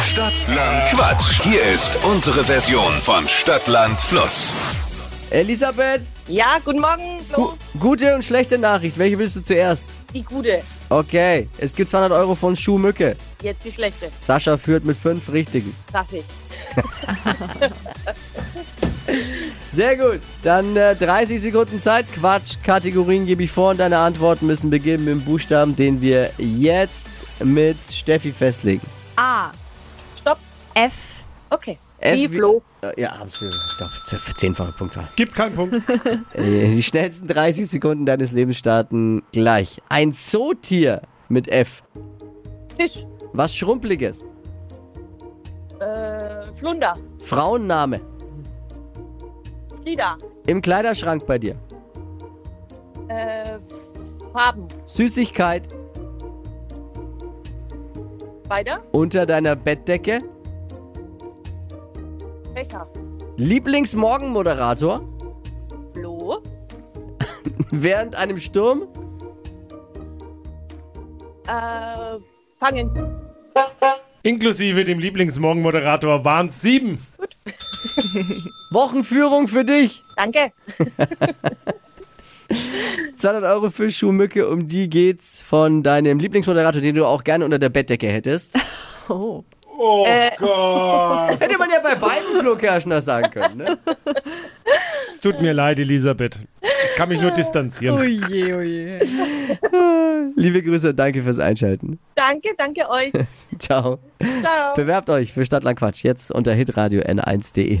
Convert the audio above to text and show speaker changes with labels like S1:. S1: Stadtland Quatsch. Hier ist unsere Version von Stadtland Fluss.
S2: Elisabeth,
S3: Ja, guten Morgen, Flo.
S2: gu gute und schlechte Nachricht. Welche willst du zuerst?
S3: Die gute,
S2: Okay, es gibt 200 Euro von Schuhmücke.
S3: jetzt die schlechte,
S2: Sascha führt mit fünf Richtigen.
S3: sag ich.
S2: Sehr gut. Dann äh, 30 Sekunden Zeit. Quatsch. Kategorien gebe ich vor und deine Antworten müssen beginnen mit dem Buchstaben, den wir jetzt mit Steffi festlegen.
S4: A.
S3: Stopp.
S4: F.
S3: Okay.
S2: F
S3: Wie Flo.
S2: Äh, Ja, absolut. Ich glaube, es ist eine zehnfache Punktzahl.
S5: Gibt keinen Punkt.
S2: Äh, Die schnellsten 30 Sekunden deines Lebens starten gleich. Ein Zootier mit F.
S3: Fisch.
S2: Was Schrumpeliges.
S3: Äh, Flunder.
S2: Frauenname.
S3: Frieda.
S2: Im Kleiderschrank bei dir.
S3: Äh, Farben.
S2: Süßigkeit
S3: Weiter.
S2: unter deiner Bettdecke.
S3: Becher.
S2: Lieblingsmorgenmoderator.
S3: Flo.
S2: Während einem Sturm.
S3: Äh, fangen.
S5: Inklusive dem Lieblingsmorgenmoderator waren es sieben.
S2: Wochenführung für dich.
S3: Danke.
S2: 200 Euro für Schuhmücke, um die geht's von deinem Lieblingsmoderator, den du auch gerne unter der Bettdecke hättest.
S4: Oh.
S5: Oh Gott.
S2: Hätte man ja bei beiden Flo Kerschner sagen können, ne?
S5: Es tut mir leid, Elisabeth. Ich kann mich nur distanzieren.
S4: Oje, oje.
S2: Liebe Grüße, danke fürs Einschalten.
S3: Danke, danke euch.
S2: Ciao.
S3: Ciao.
S2: Bewerbt euch für Stadtlandquatsch jetzt unter hitradio n1.de.